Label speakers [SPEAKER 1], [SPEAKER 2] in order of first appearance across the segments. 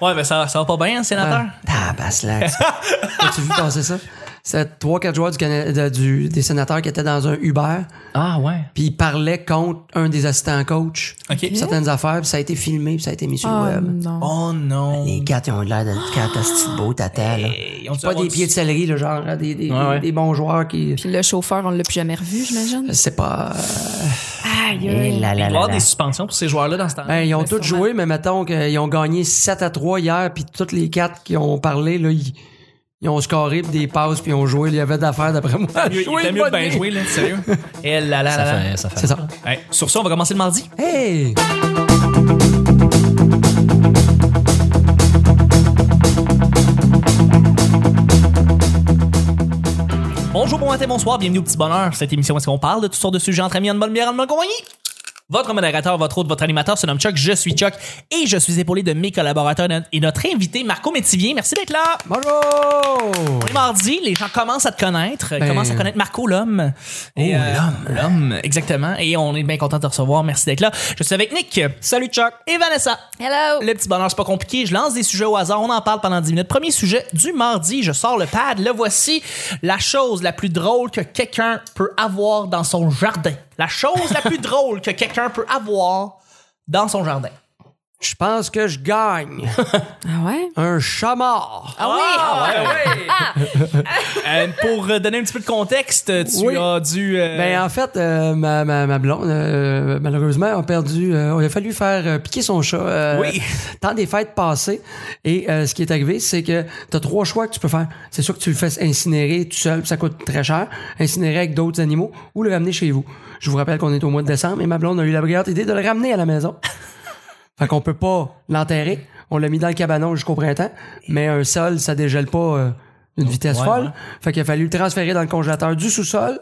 [SPEAKER 1] Ouais, ben ça, ça va pas bien, hein, sénateur?
[SPEAKER 2] Ah, Tabaslac. As-tu vu passer ça? C'était trois, quatre joueurs du Cana- de- du- des sénateurs qui étaient dans un Uber,
[SPEAKER 1] Ah ouais.
[SPEAKER 2] puis ils parlaient contre un des assistants coach.
[SPEAKER 1] OK.
[SPEAKER 2] Puis Certaines affaires, puis ça a été filmé, puis ça a été mis sur
[SPEAKER 3] Oh
[SPEAKER 2] le web.
[SPEAKER 3] non. Ah!
[SPEAKER 1] Oh non.
[SPEAKER 2] Les gars, ils ont l'air de catastrophe beau, tata, là.
[SPEAKER 3] Eh,
[SPEAKER 1] Hey, ils ont dû
[SPEAKER 2] Pas
[SPEAKER 1] avoir
[SPEAKER 2] des
[SPEAKER 1] du-
[SPEAKER 2] pieds de céleri, là, genre, là, des, des,
[SPEAKER 1] Ouais, ouais.
[SPEAKER 2] des bons joueurs qui.
[SPEAKER 3] Puis le chauffeur, on l'a plus jamais revu, j'imagine.
[SPEAKER 2] C'est pas.
[SPEAKER 3] Aïe,
[SPEAKER 2] Eh là
[SPEAKER 1] Il
[SPEAKER 2] là
[SPEAKER 1] doit y
[SPEAKER 2] là
[SPEAKER 1] avoir
[SPEAKER 2] là.
[SPEAKER 1] des suspensions pour ces joueurs-là dans ce temps
[SPEAKER 2] Ben, ils ont
[SPEAKER 3] Ben,
[SPEAKER 2] tous
[SPEAKER 3] sûrement.
[SPEAKER 2] joué, mais mettons qu'ils ont gagné 7 à 3 hier, puis toutes les quatre qui ont parlé, là, ils, ils ont scoré puis des passes, puis ils ont joué. Il y avait d'affaires, d'après moi.
[SPEAKER 1] Il
[SPEAKER 2] Jouer
[SPEAKER 1] était
[SPEAKER 2] une
[SPEAKER 1] mieux de
[SPEAKER 2] bonne
[SPEAKER 1] bien
[SPEAKER 2] nuit.
[SPEAKER 1] jouer, là, sérieux. Et là là
[SPEAKER 4] Ça
[SPEAKER 1] là là.
[SPEAKER 4] fait, ça fait.
[SPEAKER 2] C'est ça.
[SPEAKER 1] Hey, sur ça, on va commencer le mardi.
[SPEAKER 2] Hey!
[SPEAKER 1] Bonjour, bon matin, bonsoir, bienvenue au Petit Bonheur. Cette émission où est-ce qu'on parle de toutes sortes de sujets entre amis, en bonne bière, en bonne compagnie. Votre modérateur, votre hôte, votre animateur se nomme Chuck, je suis Chuck et je suis épaulé de mes collaborateurs et notre invité Marco Métivier. Merci d'être là.
[SPEAKER 2] Bonjour!
[SPEAKER 1] On est mardi, les gens commencent à te connaître,
[SPEAKER 2] Ben-
[SPEAKER 1] commencent à connaître Marco l'homme. Et,
[SPEAKER 2] Oh,
[SPEAKER 1] l'homme. L'homme, exactement. Et on est bien content de te recevoir. Merci d'être là. Je suis avec Nick. Salut Chuck. Et Vanessa.
[SPEAKER 3] Hello!
[SPEAKER 1] Le petit bonheur, c'est pas compliqué. Je lance des sujets au hasard. On en parle pendant 10 minutes. Premier sujet du mardi. Je sors le pad. Le voici. La chose la plus drôle que quelqu'un peut avoir dans son jardin. La chose la plus drôle que quelqu'un peut avoir dans son jardin.
[SPEAKER 2] Je pense que je gagne
[SPEAKER 3] Ah ouais?
[SPEAKER 2] un chamard.
[SPEAKER 3] Ah oui! Ah,
[SPEAKER 1] Euh, pour euh, donner un petit peu de contexte, tu
[SPEAKER 2] Oui.
[SPEAKER 1] as dû. euh,
[SPEAKER 2] Ben, en fait, euh, ma, ma, ma blonde, euh, malheureusement, a perdu. euh, il a fallu faire euh, piquer son chat. euh,
[SPEAKER 1] Oui.
[SPEAKER 2] Tant des fêtes passées. Et euh, ce qui est arrivé, c'est que tu as trois choix que tu peux faire. C'est sûr que tu le fais incinérer tout seul, puis ça coûte très cher. Incinérer avec d'autres animaux ou le ramener chez vous. Je vous rappelle qu'on est au mois de décembre et ma blonde a eu la brillante idée de le ramener à la maison. fait qu'on peut pas l'enterrer. On l'a mis dans le cabanon jusqu'au printemps. Mais un sol, ça dégèle pas euh, d'une vitesse
[SPEAKER 1] Ouais,
[SPEAKER 2] folle.
[SPEAKER 1] ouais.
[SPEAKER 2] Fait qu'il a fallu le transférer dans le congélateur du sous-sol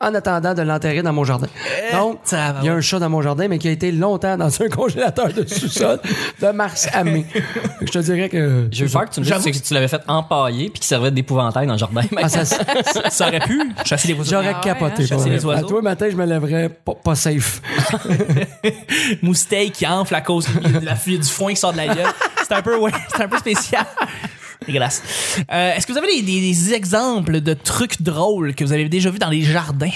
[SPEAKER 2] en attendant de l'enterrer dans mon jardin. Donc,
[SPEAKER 1] Eh, ça va.
[SPEAKER 2] il y a un chat dans mon jardin, mais qui a été longtemps dans un congélateur de sous-sol de mars à mai. Fait que Je te dirais que...
[SPEAKER 4] J'ai eu peur que tu me dises
[SPEAKER 1] J'avoue
[SPEAKER 4] que tu l'avais fait empailler puis qu'il servait d'épouvantail dans le jardin.
[SPEAKER 2] Ah, ça-
[SPEAKER 1] ça aurait pu chasser les oiseaux.
[SPEAKER 2] J'aurais
[SPEAKER 3] Ah ouais,
[SPEAKER 2] capoté.
[SPEAKER 3] hein?
[SPEAKER 2] pour
[SPEAKER 1] Chasser
[SPEAKER 2] vrai.
[SPEAKER 1] les oiseaux.
[SPEAKER 2] À toi, matin, je me lèverais pas, pas safe.
[SPEAKER 1] Moustake qui enfle à cause de la fuite du foin qui sort de la gueule. C'est un peu, ouais, c'est un peu spécial. Dégueulasse. Euh, Est-ce que vous avez des, des- des exemples de trucs drôles que vous avez déjà vus dans les jardins?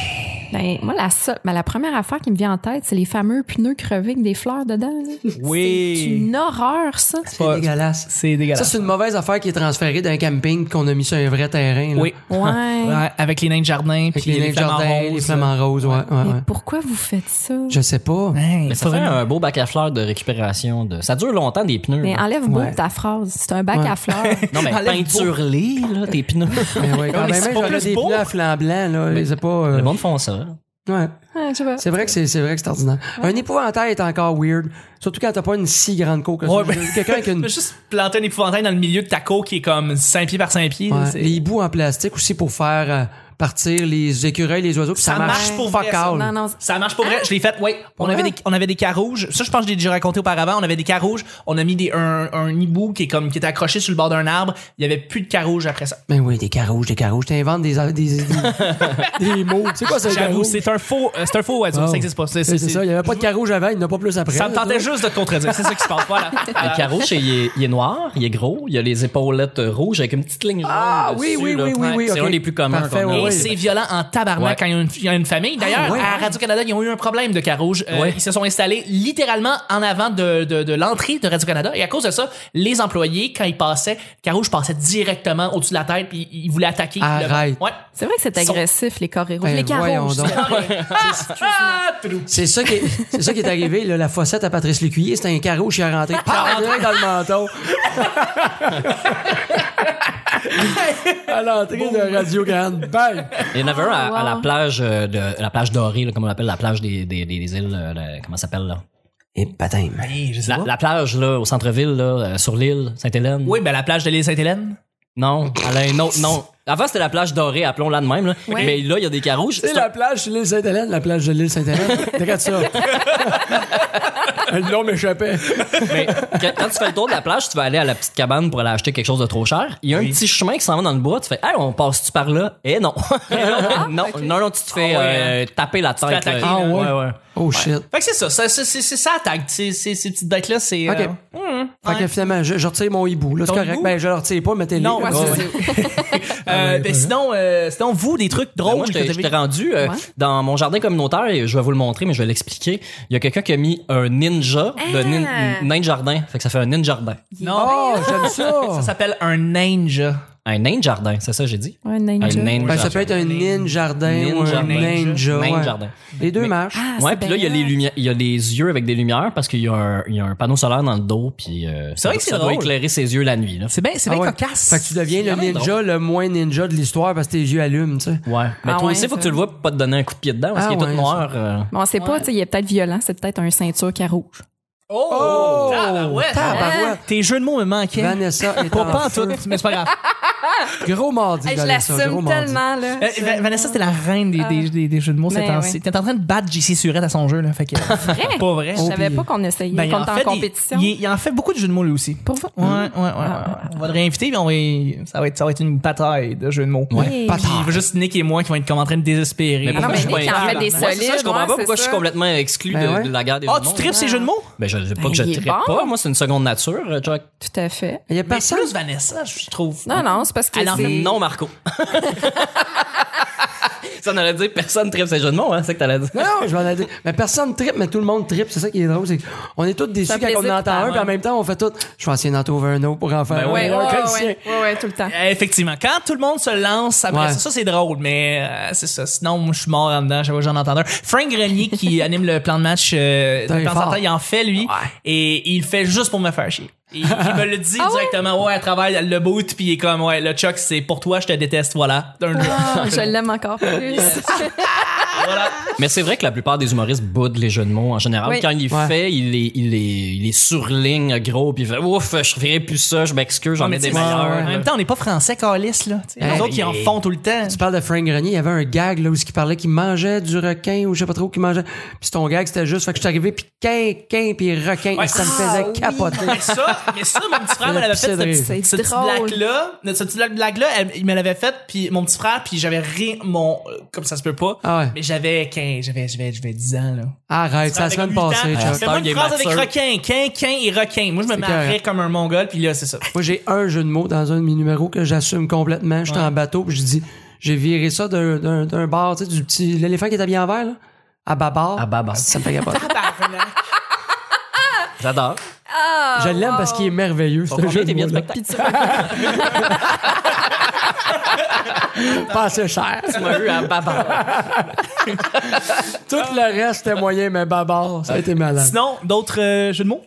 [SPEAKER 3] Ben, moi, la, seule- ben, la première affaire qui me vient en tête, c'est les fameux pneus crevés avec des fleurs dedans. là. C'est une horreur, ça.
[SPEAKER 1] pas-
[SPEAKER 2] C'est dégueulasse.
[SPEAKER 1] C'est
[SPEAKER 2] Ça,
[SPEAKER 1] dégueulasse.
[SPEAKER 2] c'est une mauvaise affaire qui est transférée d'un camping qu'on a mis sur un vrai terrain. là.
[SPEAKER 1] oui.
[SPEAKER 3] Ouais.
[SPEAKER 1] Ouais, avec les nains de jardin,
[SPEAKER 2] Avec
[SPEAKER 1] puis les,
[SPEAKER 2] les, nains de
[SPEAKER 1] flamants
[SPEAKER 2] jardin,
[SPEAKER 1] roses. euh.
[SPEAKER 2] les flamants roses. Ouais, ouais,
[SPEAKER 3] Mais
[SPEAKER 2] ouais.
[SPEAKER 3] pourquoi vous faites ça?
[SPEAKER 2] Je sais pas.
[SPEAKER 1] Hey,
[SPEAKER 4] Mais
[SPEAKER 1] pas
[SPEAKER 4] ça fait
[SPEAKER 1] vraiment-
[SPEAKER 4] un beau bac à fleurs de récupération. De... Ça dure longtemps, des pneus.
[SPEAKER 3] Mais
[SPEAKER 4] là.
[SPEAKER 3] enlève moi
[SPEAKER 2] Ouais.
[SPEAKER 3] Ben, ta phrase. C'est un bac à fleurs.
[SPEAKER 4] Non, mais
[SPEAKER 1] Enlève
[SPEAKER 4] peinture-les, là, tes pneus.
[SPEAKER 2] Mais ouais, quand
[SPEAKER 1] Mais
[SPEAKER 2] même,
[SPEAKER 1] c'est pas
[SPEAKER 2] j'aurais
[SPEAKER 1] plus
[SPEAKER 2] des
[SPEAKER 1] beau.
[SPEAKER 2] pneus à flanc blanc. Là, je sais pas, euh,
[SPEAKER 4] Le monde font ça.
[SPEAKER 2] ouais.
[SPEAKER 3] Ah, je sais pas.
[SPEAKER 2] C'est vrai que c'est c'est vrai que c'est ordinaire. Un épouvantail est encore weird, surtout quand t'as pas une si grande cour que ça.
[SPEAKER 1] Ouais, ben-
[SPEAKER 2] J'ai vu Quelqu'un avec une
[SPEAKER 1] Tu peux juste planter un épouvantail dans le milieu de ta cour qui est comme 5 pieds par 5 pieds. là,
[SPEAKER 2] ouais,
[SPEAKER 1] c'est-
[SPEAKER 2] les hiboux en plastique aussi pour faire euh, partir les écureuils, les oiseaux, puis ça,
[SPEAKER 1] Ça marche pour vrai,
[SPEAKER 2] fuck
[SPEAKER 1] ça.
[SPEAKER 2] all.
[SPEAKER 3] Non, non. c'est-
[SPEAKER 1] Ça marche pour vrai. Je l'ai fait. Oui. On
[SPEAKER 2] Ouais.
[SPEAKER 1] avait des, on avait des cas rouges. Ça, je pense que je l'ai déjà raconté auparavant. On avait des cas rouges. On a mis des, un, un hibou qui est comme, qui était accroché sur le bord d'un arbre. Il y avait plus de cas rouges après ça.
[SPEAKER 2] Ben oui, des carouges, des carouges, t'inventes des des, des, des mots. C'est quoi ça un
[SPEAKER 1] J'avoue,
[SPEAKER 2] carouge?
[SPEAKER 1] c'est un faux, euh, c'est un faux oiseau.
[SPEAKER 2] Oh.
[SPEAKER 1] Ça existe pas. C'est,
[SPEAKER 2] C'est
[SPEAKER 1] c'est-
[SPEAKER 2] ça, il y avait pas de carouge avant, il n'y en a pas plus après.
[SPEAKER 1] ça me tentait
[SPEAKER 2] Toi.
[SPEAKER 1] juste de te contredire. C'est ça qui se passe. Voilà. Euh,
[SPEAKER 4] Le carreau, c'est- il est, il est noir, il est gros, il a les épaulettes rouges avec une petite ligne
[SPEAKER 2] Ah
[SPEAKER 4] jaune
[SPEAKER 2] oui,
[SPEAKER 4] dessus,
[SPEAKER 2] oui,
[SPEAKER 4] là.
[SPEAKER 2] oui, oui, oui,
[SPEAKER 4] C'est
[SPEAKER 2] ok.
[SPEAKER 4] un des plus communs
[SPEAKER 2] Parfait,
[SPEAKER 4] qu'on a.
[SPEAKER 2] oui,
[SPEAKER 1] Et
[SPEAKER 2] oui.
[SPEAKER 1] c'est violent en tabarnak
[SPEAKER 4] Ah Ouais.
[SPEAKER 1] quand il y a une, il y a une famille. D'ailleurs,
[SPEAKER 2] Ah, ouais.
[SPEAKER 1] à Radio-Canada, ils ont eu un problème de cas rouge. Euh,
[SPEAKER 4] Ouais.
[SPEAKER 1] Ils se sont installés littéralement en avant de, de, de l'entrée de Radio-Canada. Et à cause de ça, les employés, quand ils passaient, le cas rouge passait directement au-dessus de la tête puis ils voulaient attaquer. le-
[SPEAKER 2] Arrête.
[SPEAKER 1] Ouais.
[SPEAKER 3] C'est vrai que c'est
[SPEAKER 1] Son-
[SPEAKER 3] agressif, les carrés rouges.
[SPEAKER 2] Ben,
[SPEAKER 3] les
[SPEAKER 2] voyons
[SPEAKER 3] carreaux.
[SPEAKER 2] donc.
[SPEAKER 1] Ah, trou.
[SPEAKER 2] C'est ça qui est, c'est ça qui est arrivé, là, la fossette à Patrice Lécuyer, c'était un carouge qui est rentré pam, direct dans le menton. à l'entrée de Radio Canada. Bang!
[SPEAKER 4] Il y en avait un à, à la
[SPEAKER 3] wow.
[SPEAKER 4] plage euh, de la plage dorée, là, comme on l'appelle, la plage des, des, des, des îles, euh, la- comment ça s'appelle là?
[SPEAKER 2] Et patame.
[SPEAKER 4] La,
[SPEAKER 2] Hein?
[SPEAKER 4] la plage là, au centre-ville, là, euh, sur l'île, Sainte-Hélène.
[SPEAKER 1] Oui, ben la plage de l'île Sainte-Hélène.
[SPEAKER 4] Non, elle a un autre nom. Avant, c'était la plage dorée, appelons-la de même, là.
[SPEAKER 3] Ouais.
[SPEAKER 4] Mais là, il y a des carreaux.
[SPEAKER 2] Tu sais, la plage sur l'île Sainte-Hélène, la plage de l'île Sainte-Hélène. Regarde ça. Le nom m'échappait.
[SPEAKER 4] Mais quand, quand tu fais le tour de la plage, tu vas aller à la petite cabane pour aller acheter quelque chose de trop cher. Il y a un petit chemin qui s'en va dans le bois. Tu fais, hey, on passe-tu par là? Eh non. non, non, non, tu te fais
[SPEAKER 1] Ah ouais.
[SPEAKER 4] euh, taper la tête.
[SPEAKER 1] fais attaquer, là.
[SPEAKER 4] là.
[SPEAKER 1] Ah
[SPEAKER 4] ouais, ouais.
[SPEAKER 2] Oh shit.
[SPEAKER 1] Fait que c'est ça, ça, c'est c'est- c'est ça la tag, c'est- c'est- ces petites bêtes-là, c'est...
[SPEAKER 2] Ok.
[SPEAKER 1] euh,
[SPEAKER 2] Fait que finalement, je, je retire mon hibou. Là, c'est
[SPEAKER 1] Ton
[SPEAKER 2] correct.
[SPEAKER 1] hibou?
[SPEAKER 2] Ben, je le retire pas, mettez-le.
[SPEAKER 1] Non,
[SPEAKER 2] Ah,
[SPEAKER 1] ouais,
[SPEAKER 2] ouais.
[SPEAKER 1] c'est- euh, ben, sinon, euh, sinon, vous, des trucs drôles
[SPEAKER 4] Ben, Moi,
[SPEAKER 1] que
[SPEAKER 4] j'étais
[SPEAKER 1] t'as
[SPEAKER 4] j'étais
[SPEAKER 1] vécu.
[SPEAKER 4] rendu euh,
[SPEAKER 3] Ouais.
[SPEAKER 4] dans mon jardin communautaire et je vais vous le montrer, mais je vais l'expliquer. Il y a quelqu'un qui a mis un ninja de nin,
[SPEAKER 3] Ah.
[SPEAKER 4] nain de jardin. Fait que ça fait un nain de jardin.
[SPEAKER 1] Non,
[SPEAKER 2] Oh, j'aime
[SPEAKER 1] ça
[SPEAKER 2] ça.
[SPEAKER 1] s'appelle un ninja.
[SPEAKER 4] Un nain de jardin, c'est ça que j'ai dit?
[SPEAKER 3] Ouais, ninja.
[SPEAKER 4] Un nain de
[SPEAKER 2] Ben,
[SPEAKER 4] jardin.
[SPEAKER 2] ça peut être un ninja jardin
[SPEAKER 4] Ninja
[SPEAKER 2] ou un
[SPEAKER 4] jardin.
[SPEAKER 2] ninja.
[SPEAKER 4] Ninja
[SPEAKER 2] ouais.
[SPEAKER 4] jardin.
[SPEAKER 2] Les deux
[SPEAKER 4] Mais-
[SPEAKER 2] marchent.
[SPEAKER 3] Ah,
[SPEAKER 4] ouais,
[SPEAKER 3] c'est
[SPEAKER 4] puis là, il y, a
[SPEAKER 3] bien.
[SPEAKER 4] les lumières, il y a les yeux avec des lumières parce qu'il y, a un- il y a un panneau solaire dans le dos, puis euh, ça,
[SPEAKER 1] vrai que
[SPEAKER 4] doit-
[SPEAKER 1] Ah, c'est
[SPEAKER 4] ça doit
[SPEAKER 1] drôle.
[SPEAKER 4] éclairer ses yeux la nuit. Là.
[SPEAKER 1] C'est bien c'est
[SPEAKER 2] Ah
[SPEAKER 1] bien
[SPEAKER 2] ouais.
[SPEAKER 1] cocasse.
[SPEAKER 2] Fait que tu deviens le
[SPEAKER 4] quand même
[SPEAKER 2] ninja le moins ninja de l'histoire parce que tes yeux allument, tu sais.
[SPEAKER 4] Ouais. Mais
[SPEAKER 3] Ah
[SPEAKER 4] toi
[SPEAKER 3] ouais,
[SPEAKER 4] aussi, faut que
[SPEAKER 3] ça.
[SPEAKER 4] tu le vois pour pas te donner un coup de pied dedans parce
[SPEAKER 2] Ah
[SPEAKER 4] qu'il est
[SPEAKER 2] ouais,
[SPEAKER 4] tout noir. euh.
[SPEAKER 3] Bon, on sait pas, tu sais, il est peut-être violent, c'est peut-être un ceinture qui est rouge.
[SPEAKER 1] Oh!
[SPEAKER 2] Oh!
[SPEAKER 1] Tabarouette!
[SPEAKER 2] Tabarouette.
[SPEAKER 1] Tes jeux de mots me manquaient.
[SPEAKER 2] Vanessa est
[SPEAKER 1] Pas,
[SPEAKER 2] en
[SPEAKER 1] pas en
[SPEAKER 2] feu.
[SPEAKER 1] tout, mais c'est pas grave.
[SPEAKER 2] Gros mardi,
[SPEAKER 3] Hey, je
[SPEAKER 2] Vanessa, gros
[SPEAKER 3] l'assume
[SPEAKER 2] mardi.
[SPEAKER 3] tellement, là.
[SPEAKER 1] Euh, Va- Vanessa, c'était la reine des, des, des- des jeux de mots.
[SPEAKER 3] Mais
[SPEAKER 1] cette année.
[SPEAKER 3] ouais.
[SPEAKER 1] T'es en train de battre JC Surette à son jeu, là. Fait que.
[SPEAKER 3] Vrai?
[SPEAKER 1] pas vrai.
[SPEAKER 3] Eh, Je savais
[SPEAKER 2] puis-
[SPEAKER 3] pas qu'on essayait,
[SPEAKER 1] Oh, Ben, il,
[SPEAKER 3] qu'on
[SPEAKER 1] en
[SPEAKER 3] était en,
[SPEAKER 1] fait des-
[SPEAKER 3] compétition.
[SPEAKER 1] il, il en fait beaucoup de jeux de mots, lui aussi.
[SPEAKER 3] Pour vrai?
[SPEAKER 1] Ouais, ouais, ouais. ouais. On va le réinviter, puis on va y- ça, va être, ça va être une bataille de jeux de mots.
[SPEAKER 3] Ouais.
[SPEAKER 1] Puis il va juste Nick et moi qui vont être comme en train de désespérer. Ah,
[SPEAKER 4] Mais
[SPEAKER 3] non,
[SPEAKER 4] pourquoi
[SPEAKER 3] mais
[SPEAKER 4] je suis pas
[SPEAKER 3] Nick, il en fait
[SPEAKER 4] inclus
[SPEAKER 3] des
[SPEAKER 4] là-dedans? Ouais, c'est ça,
[SPEAKER 3] solides,
[SPEAKER 4] je comprends
[SPEAKER 3] ouais,
[SPEAKER 4] pas
[SPEAKER 3] c'est
[SPEAKER 4] pourquoi je suis
[SPEAKER 3] ça.
[SPEAKER 4] complètement exclu
[SPEAKER 2] Ben
[SPEAKER 4] de-
[SPEAKER 2] ouais.
[SPEAKER 4] de la guerre des
[SPEAKER 1] Ah,
[SPEAKER 4] jeux de
[SPEAKER 1] tu
[SPEAKER 4] mots.
[SPEAKER 1] tripes ces jeux de mots?
[SPEAKER 4] Ben, je sais pas
[SPEAKER 3] Ben,
[SPEAKER 4] que je
[SPEAKER 3] il est
[SPEAKER 4] trippe
[SPEAKER 3] bon.
[SPEAKER 4] pas. Moi, c'est une seconde nature, euh, Jack.
[SPEAKER 3] Tout à fait.
[SPEAKER 2] Il y a
[SPEAKER 1] Mais
[SPEAKER 2] personne.
[SPEAKER 1] plus Vanessa, je trouve.
[SPEAKER 3] Non, Ah non, c'est parce que
[SPEAKER 4] Alors,
[SPEAKER 3] c'est...
[SPEAKER 4] ah, non, Marco. ça, on aurait dit personne tripe ces jeux de mots, hein, c'est ça que t'allais dire.
[SPEAKER 2] Non, non, je vais en dire. Mais personne tripe, mais tout le monde tripe. C'est ça qui est drôle. C'est qu'on est tous déçus
[SPEAKER 3] Ça
[SPEAKER 2] quand
[SPEAKER 3] fait
[SPEAKER 2] on
[SPEAKER 3] plaisir
[SPEAKER 2] entend
[SPEAKER 3] de
[SPEAKER 2] un, puis en
[SPEAKER 3] parler.
[SPEAKER 2] même temps, on fait tout. Je suis ancien en trouver un autre pour en faire.
[SPEAKER 4] Ben
[SPEAKER 2] un,
[SPEAKER 3] Ouais, ouais,
[SPEAKER 2] un, un, un,
[SPEAKER 3] ouais,
[SPEAKER 2] un, un.
[SPEAKER 3] ouais, ouais, tout le temps.
[SPEAKER 1] Euh, Effectivement. Quand tout le monde se lance après
[SPEAKER 2] Ouais.
[SPEAKER 1] ça, ça c'est drôle, mais euh, c'est ça. Sinon, moi, je suis mort en dedans. J'avoue, j'en entends un. Frank Grenier qui anime le plan de match euh,
[SPEAKER 2] T'as
[SPEAKER 1] de
[SPEAKER 2] eu
[SPEAKER 1] temps en
[SPEAKER 2] fort.
[SPEAKER 1] temps, il en fait lui, et il le fait juste pour me faire chier. Il, il me le dit
[SPEAKER 3] Ah ouais?
[SPEAKER 1] directement. Ouais, elle travaille le boot, puis il est comme ouais, le Chuck, c'est pour toi, je te déteste, voilà. D'un jeu.
[SPEAKER 3] Ah, je l'aime encore plus.
[SPEAKER 1] voilà.
[SPEAKER 4] Mais c'est vrai que la plupart des humoristes boudent les jeux de mots en général.
[SPEAKER 3] Oui.
[SPEAKER 4] Quand il
[SPEAKER 2] Ouais.
[SPEAKER 4] fait, il les, il les, il les surligne gros, puis il fait ouf, je ferai plus ça, je m'excuse, j'en
[SPEAKER 1] Mais
[SPEAKER 4] ai des
[SPEAKER 1] tu sais,
[SPEAKER 4] meilleurs.
[SPEAKER 1] En même temps, on n'est pas français, Calis là. Tu sais,
[SPEAKER 2] Hey.
[SPEAKER 1] les autres, ils en font tout le temps.
[SPEAKER 2] Tu parles de Frank Grenier, il y avait un gag là, où il parlait qu'il mangeait du requin ou je sais pas trop qu'il mangeait. Puis ton gag, c'était juste, fait que je suis arrivé, puis quin, quin, puis requin.
[SPEAKER 1] Ouais.
[SPEAKER 2] Et ça me
[SPEAKER 3] Ah,
[SPEAKER 2] faisait capoter.
[SPEAKER 1] Mais ça, mais ça, mon petit frère me l'avait fait,
[SPEAKER 2] C'est
[SPEAKER 1] ce petit,
[SPEAKER 3] drôle.
[SPEAKER 1] ce
[SPEAKER 3] C'est
[SPEAKER 1] petit
[SPEAKER 3] drôle.
[SPEAKER 1] blague-là. Ce petit blague-là, elle- il me l'avait fait, puis mon petit frère, puis j'avais rien, mon, euh, comme ça se peut pas.
[SPEAKER 2] Ah ouais.
[SPEAKER 1] Mais j'avais 15, j'avais, j'avais, j'avais 10 ans, là.
[SPEAKER 2] Arrête, ça la
[SPEAKER 1] Avec
[SPEAKER 2] semaine
[SPEAKER 1] huit ans, Ah, je
[SPEAKER 2] passée, Chuck.
[SPEAKER 1] fais pas
[SPEAKER 4] Star
[SPEAKER 1] une
[SPEAKER 4] Game
[SPEAKER 1] phrase avec
[SPEAKER 4] Master.
[SPEAKER 1] requin, quin, quin et requin. Moi, je me mets à
[SPEAKER 2] correct.
[SPEAKER 1] rire comme un mongol, puis là, c'est ça.
[SPEAKER 2] Moi, j'ai un jeu de mots dans un de mes numéros que j'assume complètement. J'étais en bateau, puis je dis, j'ai viré ça d'un- d'un d'un bar, tu sais, du petit, l'éléphant qui est habillé en vert, là. À babar.
[SPEAKER 4] À Babar.
[SPEAKER 2] Ça me fait capoter.
[SPEAKER 4] J'adore.
[SPEAKER 2] Je l'aime parce qu'il est merveilleux. C'est un
[SPEAKER 4] combien
[SPEAKER 2] jeu de
[SPEAKER 4] tes billets de
[SPEAKER 2] mots-là.
[SPEAKER 4] spectacle?
[SPEAKER 3] Puis tu vas-
[SPEAKER 2] Pas assez cher.
[SPEAKER 4] Tu m'as eu à Babar.
[SPEAKER 2] Tout le reste était moyen, mais babar, ça a été malade.
[SPEAKER 1] Sinon, d'autres euh, jeux de mots?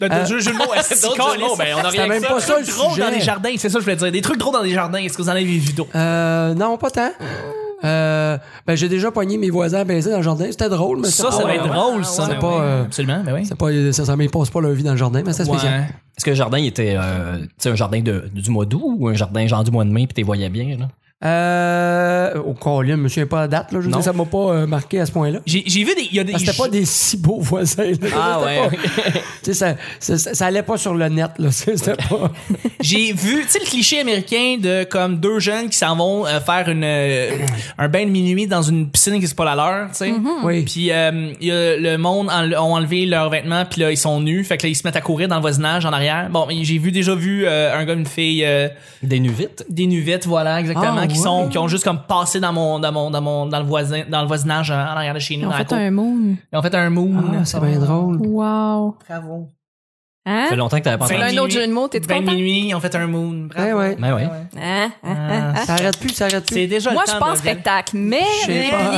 [SPEAKER 1] D'autres
[SPEAKER 2] Euh,
[SPEAKER 1] jeux, jeux de mots, est-ce que
[SPEAKER 4] D'autres jeux de mots, ben, on a
[SPEAKER 2] C'était
[SPEAKER 4] rien
[SPEAKER 2] même
[SPEAKER 4] que ça.
[SPEAKER 2] pas ça le
[SPEAKER 1] Des trucs drôles dans les
[SPEAKER 2] sujet.
[SPEAKER 1] jardins, c'est ça que je voulais dire. Des trucs drôles dans les jardins, est-ce que vous en avez vu d'autres?
[SPEAKER 2] Euh, non, pas tant. Euh, ben, j'ai déjà pogné mes voisins à baiser dans le jardin. C'était drôle, mais
[SPEAKER 1] Ça,
[SPEAKER 2] c'était
[SPEAKER 1] ça
[SPEAKER 2] pas,
[SPEAKER 1] va être
[SPEAKER 2] euh,
[SPEAKER 1] drôle, ça.
[SPEAKER 2] C'est
[SPEAKER 1] Ben
[SPEAKER 2] pas,
[SPEAKER 1] oui,
[SPEAKER 2] euh,
[SPEAKER 1] Absolument, mais oui.
[SPEAKER 2] c'était pas- ça, ça, mais ils passent pas leur vie dans le jardin, mais c'était spécial.
[SPEAKER 1] Ouais.
[SPEAKER 4] Est-ce que le jardin il était euh, tu sais, un jardin de, du mois d'août ou un jardin genre du mois de mai, puis t'es voyais bien? Là?
[SPEAKER 2] Euh, au Colin, je me souviens pas la date, là. Je veux
[SPEAKER 4] Non.
[SPEAKER 2] dire, ça m'a pas euh, marqué à ce point-là.
[SPEAKER 1] J'ai j'ai vu des. il Y a des
[SPEAKER 2] Parce que C'était pas des si beaux voisins. là.
[SPEAKER 4] Ah
[SPEAKER 2] C'était
[SPEAKER 4] ouais.
[SPEAKER 2] pas- Tu sais, ça, ça, ça- ça allait pas sur le net, là. C'était pas.
[SPEAKER 1] J'ai vu, tu sais, le cliché américain de comme deux jeunes qui s'en vont euh, faire une euh, un bain de minuit dans une piscine qui c'est pas la leur, tu sais.
[SPEAKER 3] Mm-hmm.
[SPEAKER 2] Oui.
[SPEAKER 1] Puis euh, il y a le monde en- ont enlevé leurs vêtements, puis là ils sont nus, fait que là ils se mettent à courir dans le voisinage en arrière. Bon, mais j'ai vu déjà vu euh, un gars une fille euh,
[SPEAKER 4] Des nuits vite.
[SPEAKER 1] des nuvettes, voilà exactement,
[SPEAKER 2] Ah,
[SPEAKER 1] qui
[SPEAKER 2] ouais.
[SPEAKER 1] sont qui ont juste comme passé dans mon dans mon dans mon dans le voisin dans le voisinage en, en arrière de chez nous.
[SPEAKER 3] Ils ont
[SPEAKER 1] dans la
[SPEAKER 3] fait
[SPEAKER 1] cour.
[SPEAKER 3] un moon.
[SPEAKER 1] Ils ont fait un moon.
[SPEAKER 2] Ah, c'est bien drôle.
[SPEAKER 3] Wow.
[SPEAKER 1] Bravo.
[SPEAKER 4] Ça fait
[SPEAKER 3] Hein?
[SPEAKER 4] longtemps que t'avais pas
[SPEAKER 1] Fin
[SPEAKER 3] Tu
[SPEAKER 4] entendu.
[SPEAKER 3] as un autre
[SPEAKER 1] minuit.
[SPEAKER 3] jeu de mots, t'es
[SPEAKER 1] Bain de
[SPEAKER 3] content?
[SPEAKER 1] minuit, ils ont fait un moon. Bravo.
[SPEAKER 2] Eh ouais.
[SPEAKER 4] Ben ouais.
[SPEAKER 3] Hein? Hein?
[SPEAKER 1] Ah,
[SPEAKER 2] Ça arrête plus, ça arrête
[SPEAKER 1] c'est
[SPEAKER 2] plus.
[SPEAKER 1] déjà
[SPEAKER 3] Moi,
[SPEAKER 1] le temps
[SPEAKER 3] je
[SPEAKER 1] de
[SPEAKER 3] pense
[SPEAKER 1] regarder.
[SPEAKER 3] spectacle, mais...
[SPEAKER 2] Je sais
[SPEAKER 3] mais-
[SPEAKER 2] pas.
[SPEAKER 3] Ouais, ouais,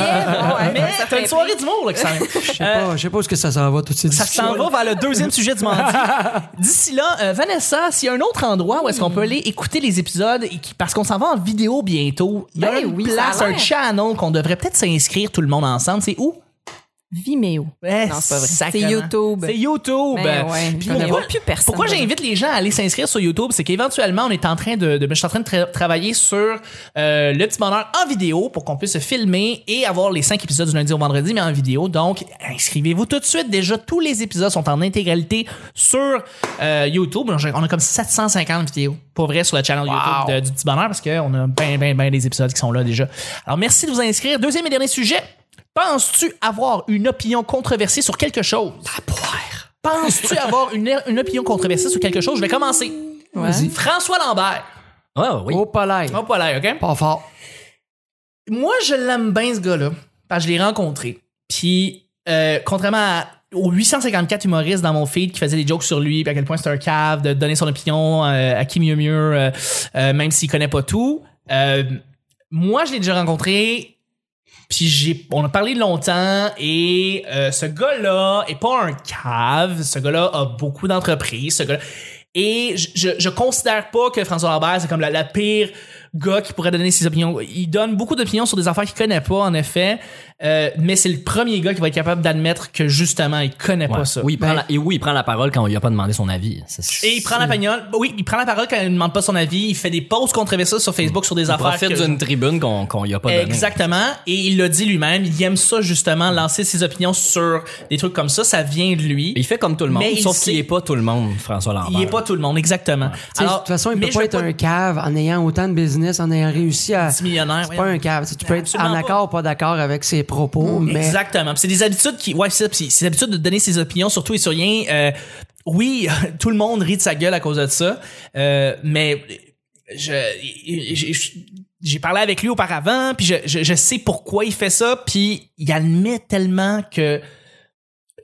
[SPEAKER 1] Ah. Mais
[SPEAKER 3] ça
[SPEAKER 1] t'as
[SPEAKER 3] fait
[SPEAKER 1] une soirée
[SPEAKER 3] plaisir.
[SPEAKER 1] d'humour, là, qui s'en vient.
[SPEAKER 2] Je sais pas, je sais pas où ce que ça s'en va, toutes ces
[SPEAKER 1] Ça s'en va vers le deuxième sujet du mardi. D'ici là, euh, Vanessa, s'il y a un autre endroit où est-ce qu'on
[SPEAKER 3] Mm.
[SPEAKER 1] peut aller écouter les épisodes, et qui- parce qu'on s'en va en vidéo bientôt, il y a
[SPEAKER 3] Ben
[SPEAKER 1] une
[SPEAKER 3] oui, ça
[SPEAKER 1] place,
[SPEAKER 3] a
[SPEAKER 1] un
[SPEAKER 3] l'air.
[SPEAKER 1] channel qu'on devrait peut-être s'inscrire tout le monde ensemble. C'est où?
[SPEAKER 3] Vimeo.
[SPEAKER 1] Eh,
[SPEAKER 3] non, Ben, c'est pas vrai. C'est
[SPEAKER 1] sacrément.
[SPEAKER 3] YouTube.
[SPEAKER 1] C'est YouTube.
[SPEAKER 3] Ben ouais,
[SPEAKER 1] Puis
[SPEAKER 3] je connais
[SPEAKER 1] pourquoi-
[SPEAKER 3] pas plus personne.
[SPEAKER 1] Pourquoi j'invite les gens à aller s'inscrire sur YouTube, c'est qu'éventuellement, on est en train de, de- je suis en train de tra- travailler sur euh, le petit bonheur en vidéo pour qu'on puisse se filmer et avoir les cinq épisodes du lundi au vendredi, mais en vidéo. Donc, inscrivez-vous tout de suite. Déjà, tous les épisodes sont en intégralité sur euh, YouTube. Donc, j'ai- On a comme 750 vidéos, pour vrai, sur le channel YouTube de- du petit bonheur parce qu'on a ben, ben, ben des épisodes qui sont là déjà. Alors, merci de vous inscrire. Deuxième et dernier sujet. Penses-tu avoir une opinion controversée sur quelque chose? Penses-tu avoir une, une opinion controversée sur quelque chose? Je vais commencer.
[SPEAKER 3] Ouais.
[SPEAKER 1] François Lambert.
[SPEAKER 4] Ah oui.
[SPEAKER 2] Oh, pas l'air.
[SPEAKER 1] Hop là, OK?
[SPEAKER 2] Pas fort.
[SPEAKER 1] Moi, je l'aime bien, ce gars-là, parce que je l'ai rencontré. Puis, euh, contrairement à- aux 854 humoristes dans mon feed qui faisaient des jokes sur lui, puis à quel point c'était un cave, de donner son opinion euh, à qui mieux mieux, euh, euh, même s'il connaît pas tout, euh, moi, je l'ai déjà rencontré. Puis j'ai, on a parlé longtemps et euh, ce gars-là est pas un cave. Ce gars-là a beaucoup d'entreprises. Ce gars et je, je, je considère pas que François Lambert c'est comme la, la pire gars qui pourrait donner ses opinions. Il donne beaucoup d'opinions sur des affaires qu'il connaît pas en effet, Euh, mais c'est le premier gars qui va être capable d'admettre que justement il connaît
[SPEAKER 4] Ouais.
[SPEAKER 1] pas ça. Ben-
[SPEAKER 4] Oui, il prend la- et oui, il prend la parole quand on lui a pas demandé son avis. C'est-
[SPEAKER 1] Et il prend la pagnole. Oui, il prend la parole quand il ne demande pas son avis. Il fait des posts controversés sur Facebook sur des
[SPEAKER 4] Il
[SPEAKER 1] affaires.
[SPEAKER 4] profite
[SPEAKER 1] que-
[SPEAKER 4] d'une tribune qu'on qu'on lui a pas donnée.
[SPEAKER 1] Exactement. Et il le dit lui-même. Il aime ça, justement, lancer ses opinions sur des trucs comme ça. Ça vient de lui.
[SPEAKER 4] Il fait comme tout le monde,
[SPEAKER 1] Mais il
[SPEAKER 4] sauf
[SPEAKER 1] sait-
[SPEAKER 4] qu'il est pas tout le monde, François Lambert.
[SPEAKER 1] Il est pas tout le monde, exactement.
[SPEAKER 2] Tu sais, De toute façon, il peut
[SPEAKER 1] mais
[SPEAKER 2] pas
[SPEAKER 1] je
[SPEAKER 2] être
[SPEAKER 1] veux
[SPEAKER 2] un cave en ayant autant de business, en ayant réussi à.
[SPEAKER 1] petit millionnaire,
[SPEAKER 2] C'est
[SPEAKER 1] voyons.
[SPEAKER 2] pas un cave. Tu sais, Tu peux être
[SPEAKER 1] Absolument
[SPEAKER 2] en
[SPEAKER 1] pas. Hmm.
[SPEAKER 2] accord ou pas d'accord avec ses propos, mais.
[SPEAKER 1] Exactement. Puis C'est des habitudes qui, ouais, c'est ça. Puis c'est l'habitude de donner ses opinions sur tout et sur rien. Euh, oui, tout le monde rit de sa gueule à cause de ça. Euh, mais je, j'ai- j'ai parlé avec lui auparavant, puis je, je, je sais pourquoi il fait ça, puis il admet tellement que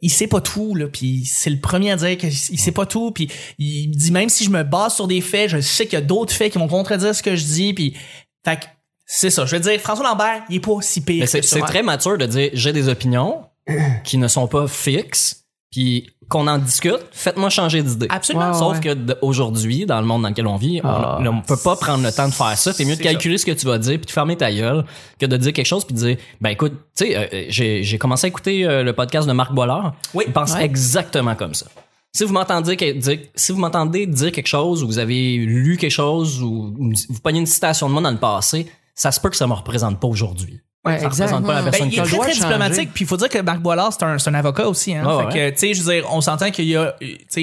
[SPEAKER 1] il sait pas tout là puis c'est le premier à dire qu'il sait pas tout puis il dit même si je me base sur des faits je sais qu'il y a d'autres faits qui vont contredire ce que je dis puis fait que c'est ça je veux dire François Lambert il est pas si pire
[SPEAKER 4] Mais
[SPEAKER 1] que
[SPEAKER 4] c'est
[SPEAKER 1] ça.
[SPEAKER 4] c'est très mature de dire j'ai des opinions qui ne sont pas fixes, puis qu'on en discute. Faites-moi changer d'idée.
[SPEAKER 1] Absolument.
[SPEAKER 2] Ouais, ouais,
[SPEAKER 4] Sauf
[SPEAKER 2] ouais.
[SPEAKER 4] que d- aujourd'hui, dans le monde dans lequel on vit,
[SPEAKER 2] Ah.
[SPEAKER 4] on ne peut pas prendre le temps de faire ça. C'est mieux de
[SPEAKER 1] C'est
[SPEAKER 4] calculer ce que tu vas dire puis de fermer ta gueule que de dire quelque chose puis de dire ben écoute, tu sais, euh, euh, j'ai j'ai commencé à écouter euh, le podcast de Marc Bollard.
[SPEAKER 1] Oui.
[SPEAKER 4] Il pense
[SPEAKER 2] Ouais.
[SPEAKER 4] exactement comme ça. Si vous m'entendez que- dire, si vous m'entendez dire quelque chose ou vous avez lu quelque chose ou une- vous prenez une citation de moi dans le passé, ça se peut que ça me représente pas aujourd'hui.
[SPEAKER 2] Ouais,
[SPEAKER 4] Ça
[SPEAKER 2] exact. Hmm.
[SPEAKER 4] représente pas la
[SPEAKER 1] Ben,
[SPEAKER 4] personne
[SPEAKER 1] il
[SPEAKER 4] que
[SPEAKER 1] est
[SPEAKER 4] je
[SPEAKER 1] très,
[SPEAKER 4] suis.
[SPEAKER 1] très
[SPEAKER 2] changer.
[SPEAKER 1] diplomatique. Puis il faut dire que Marc Boilard, c'est un, c'est un avocat aussi. Hein?
[SPEAKER 4] Ah
[SPEAKER 1] fait que, tu sais, je veux dire, on s'entend qu'il y a. euh, Tu sais,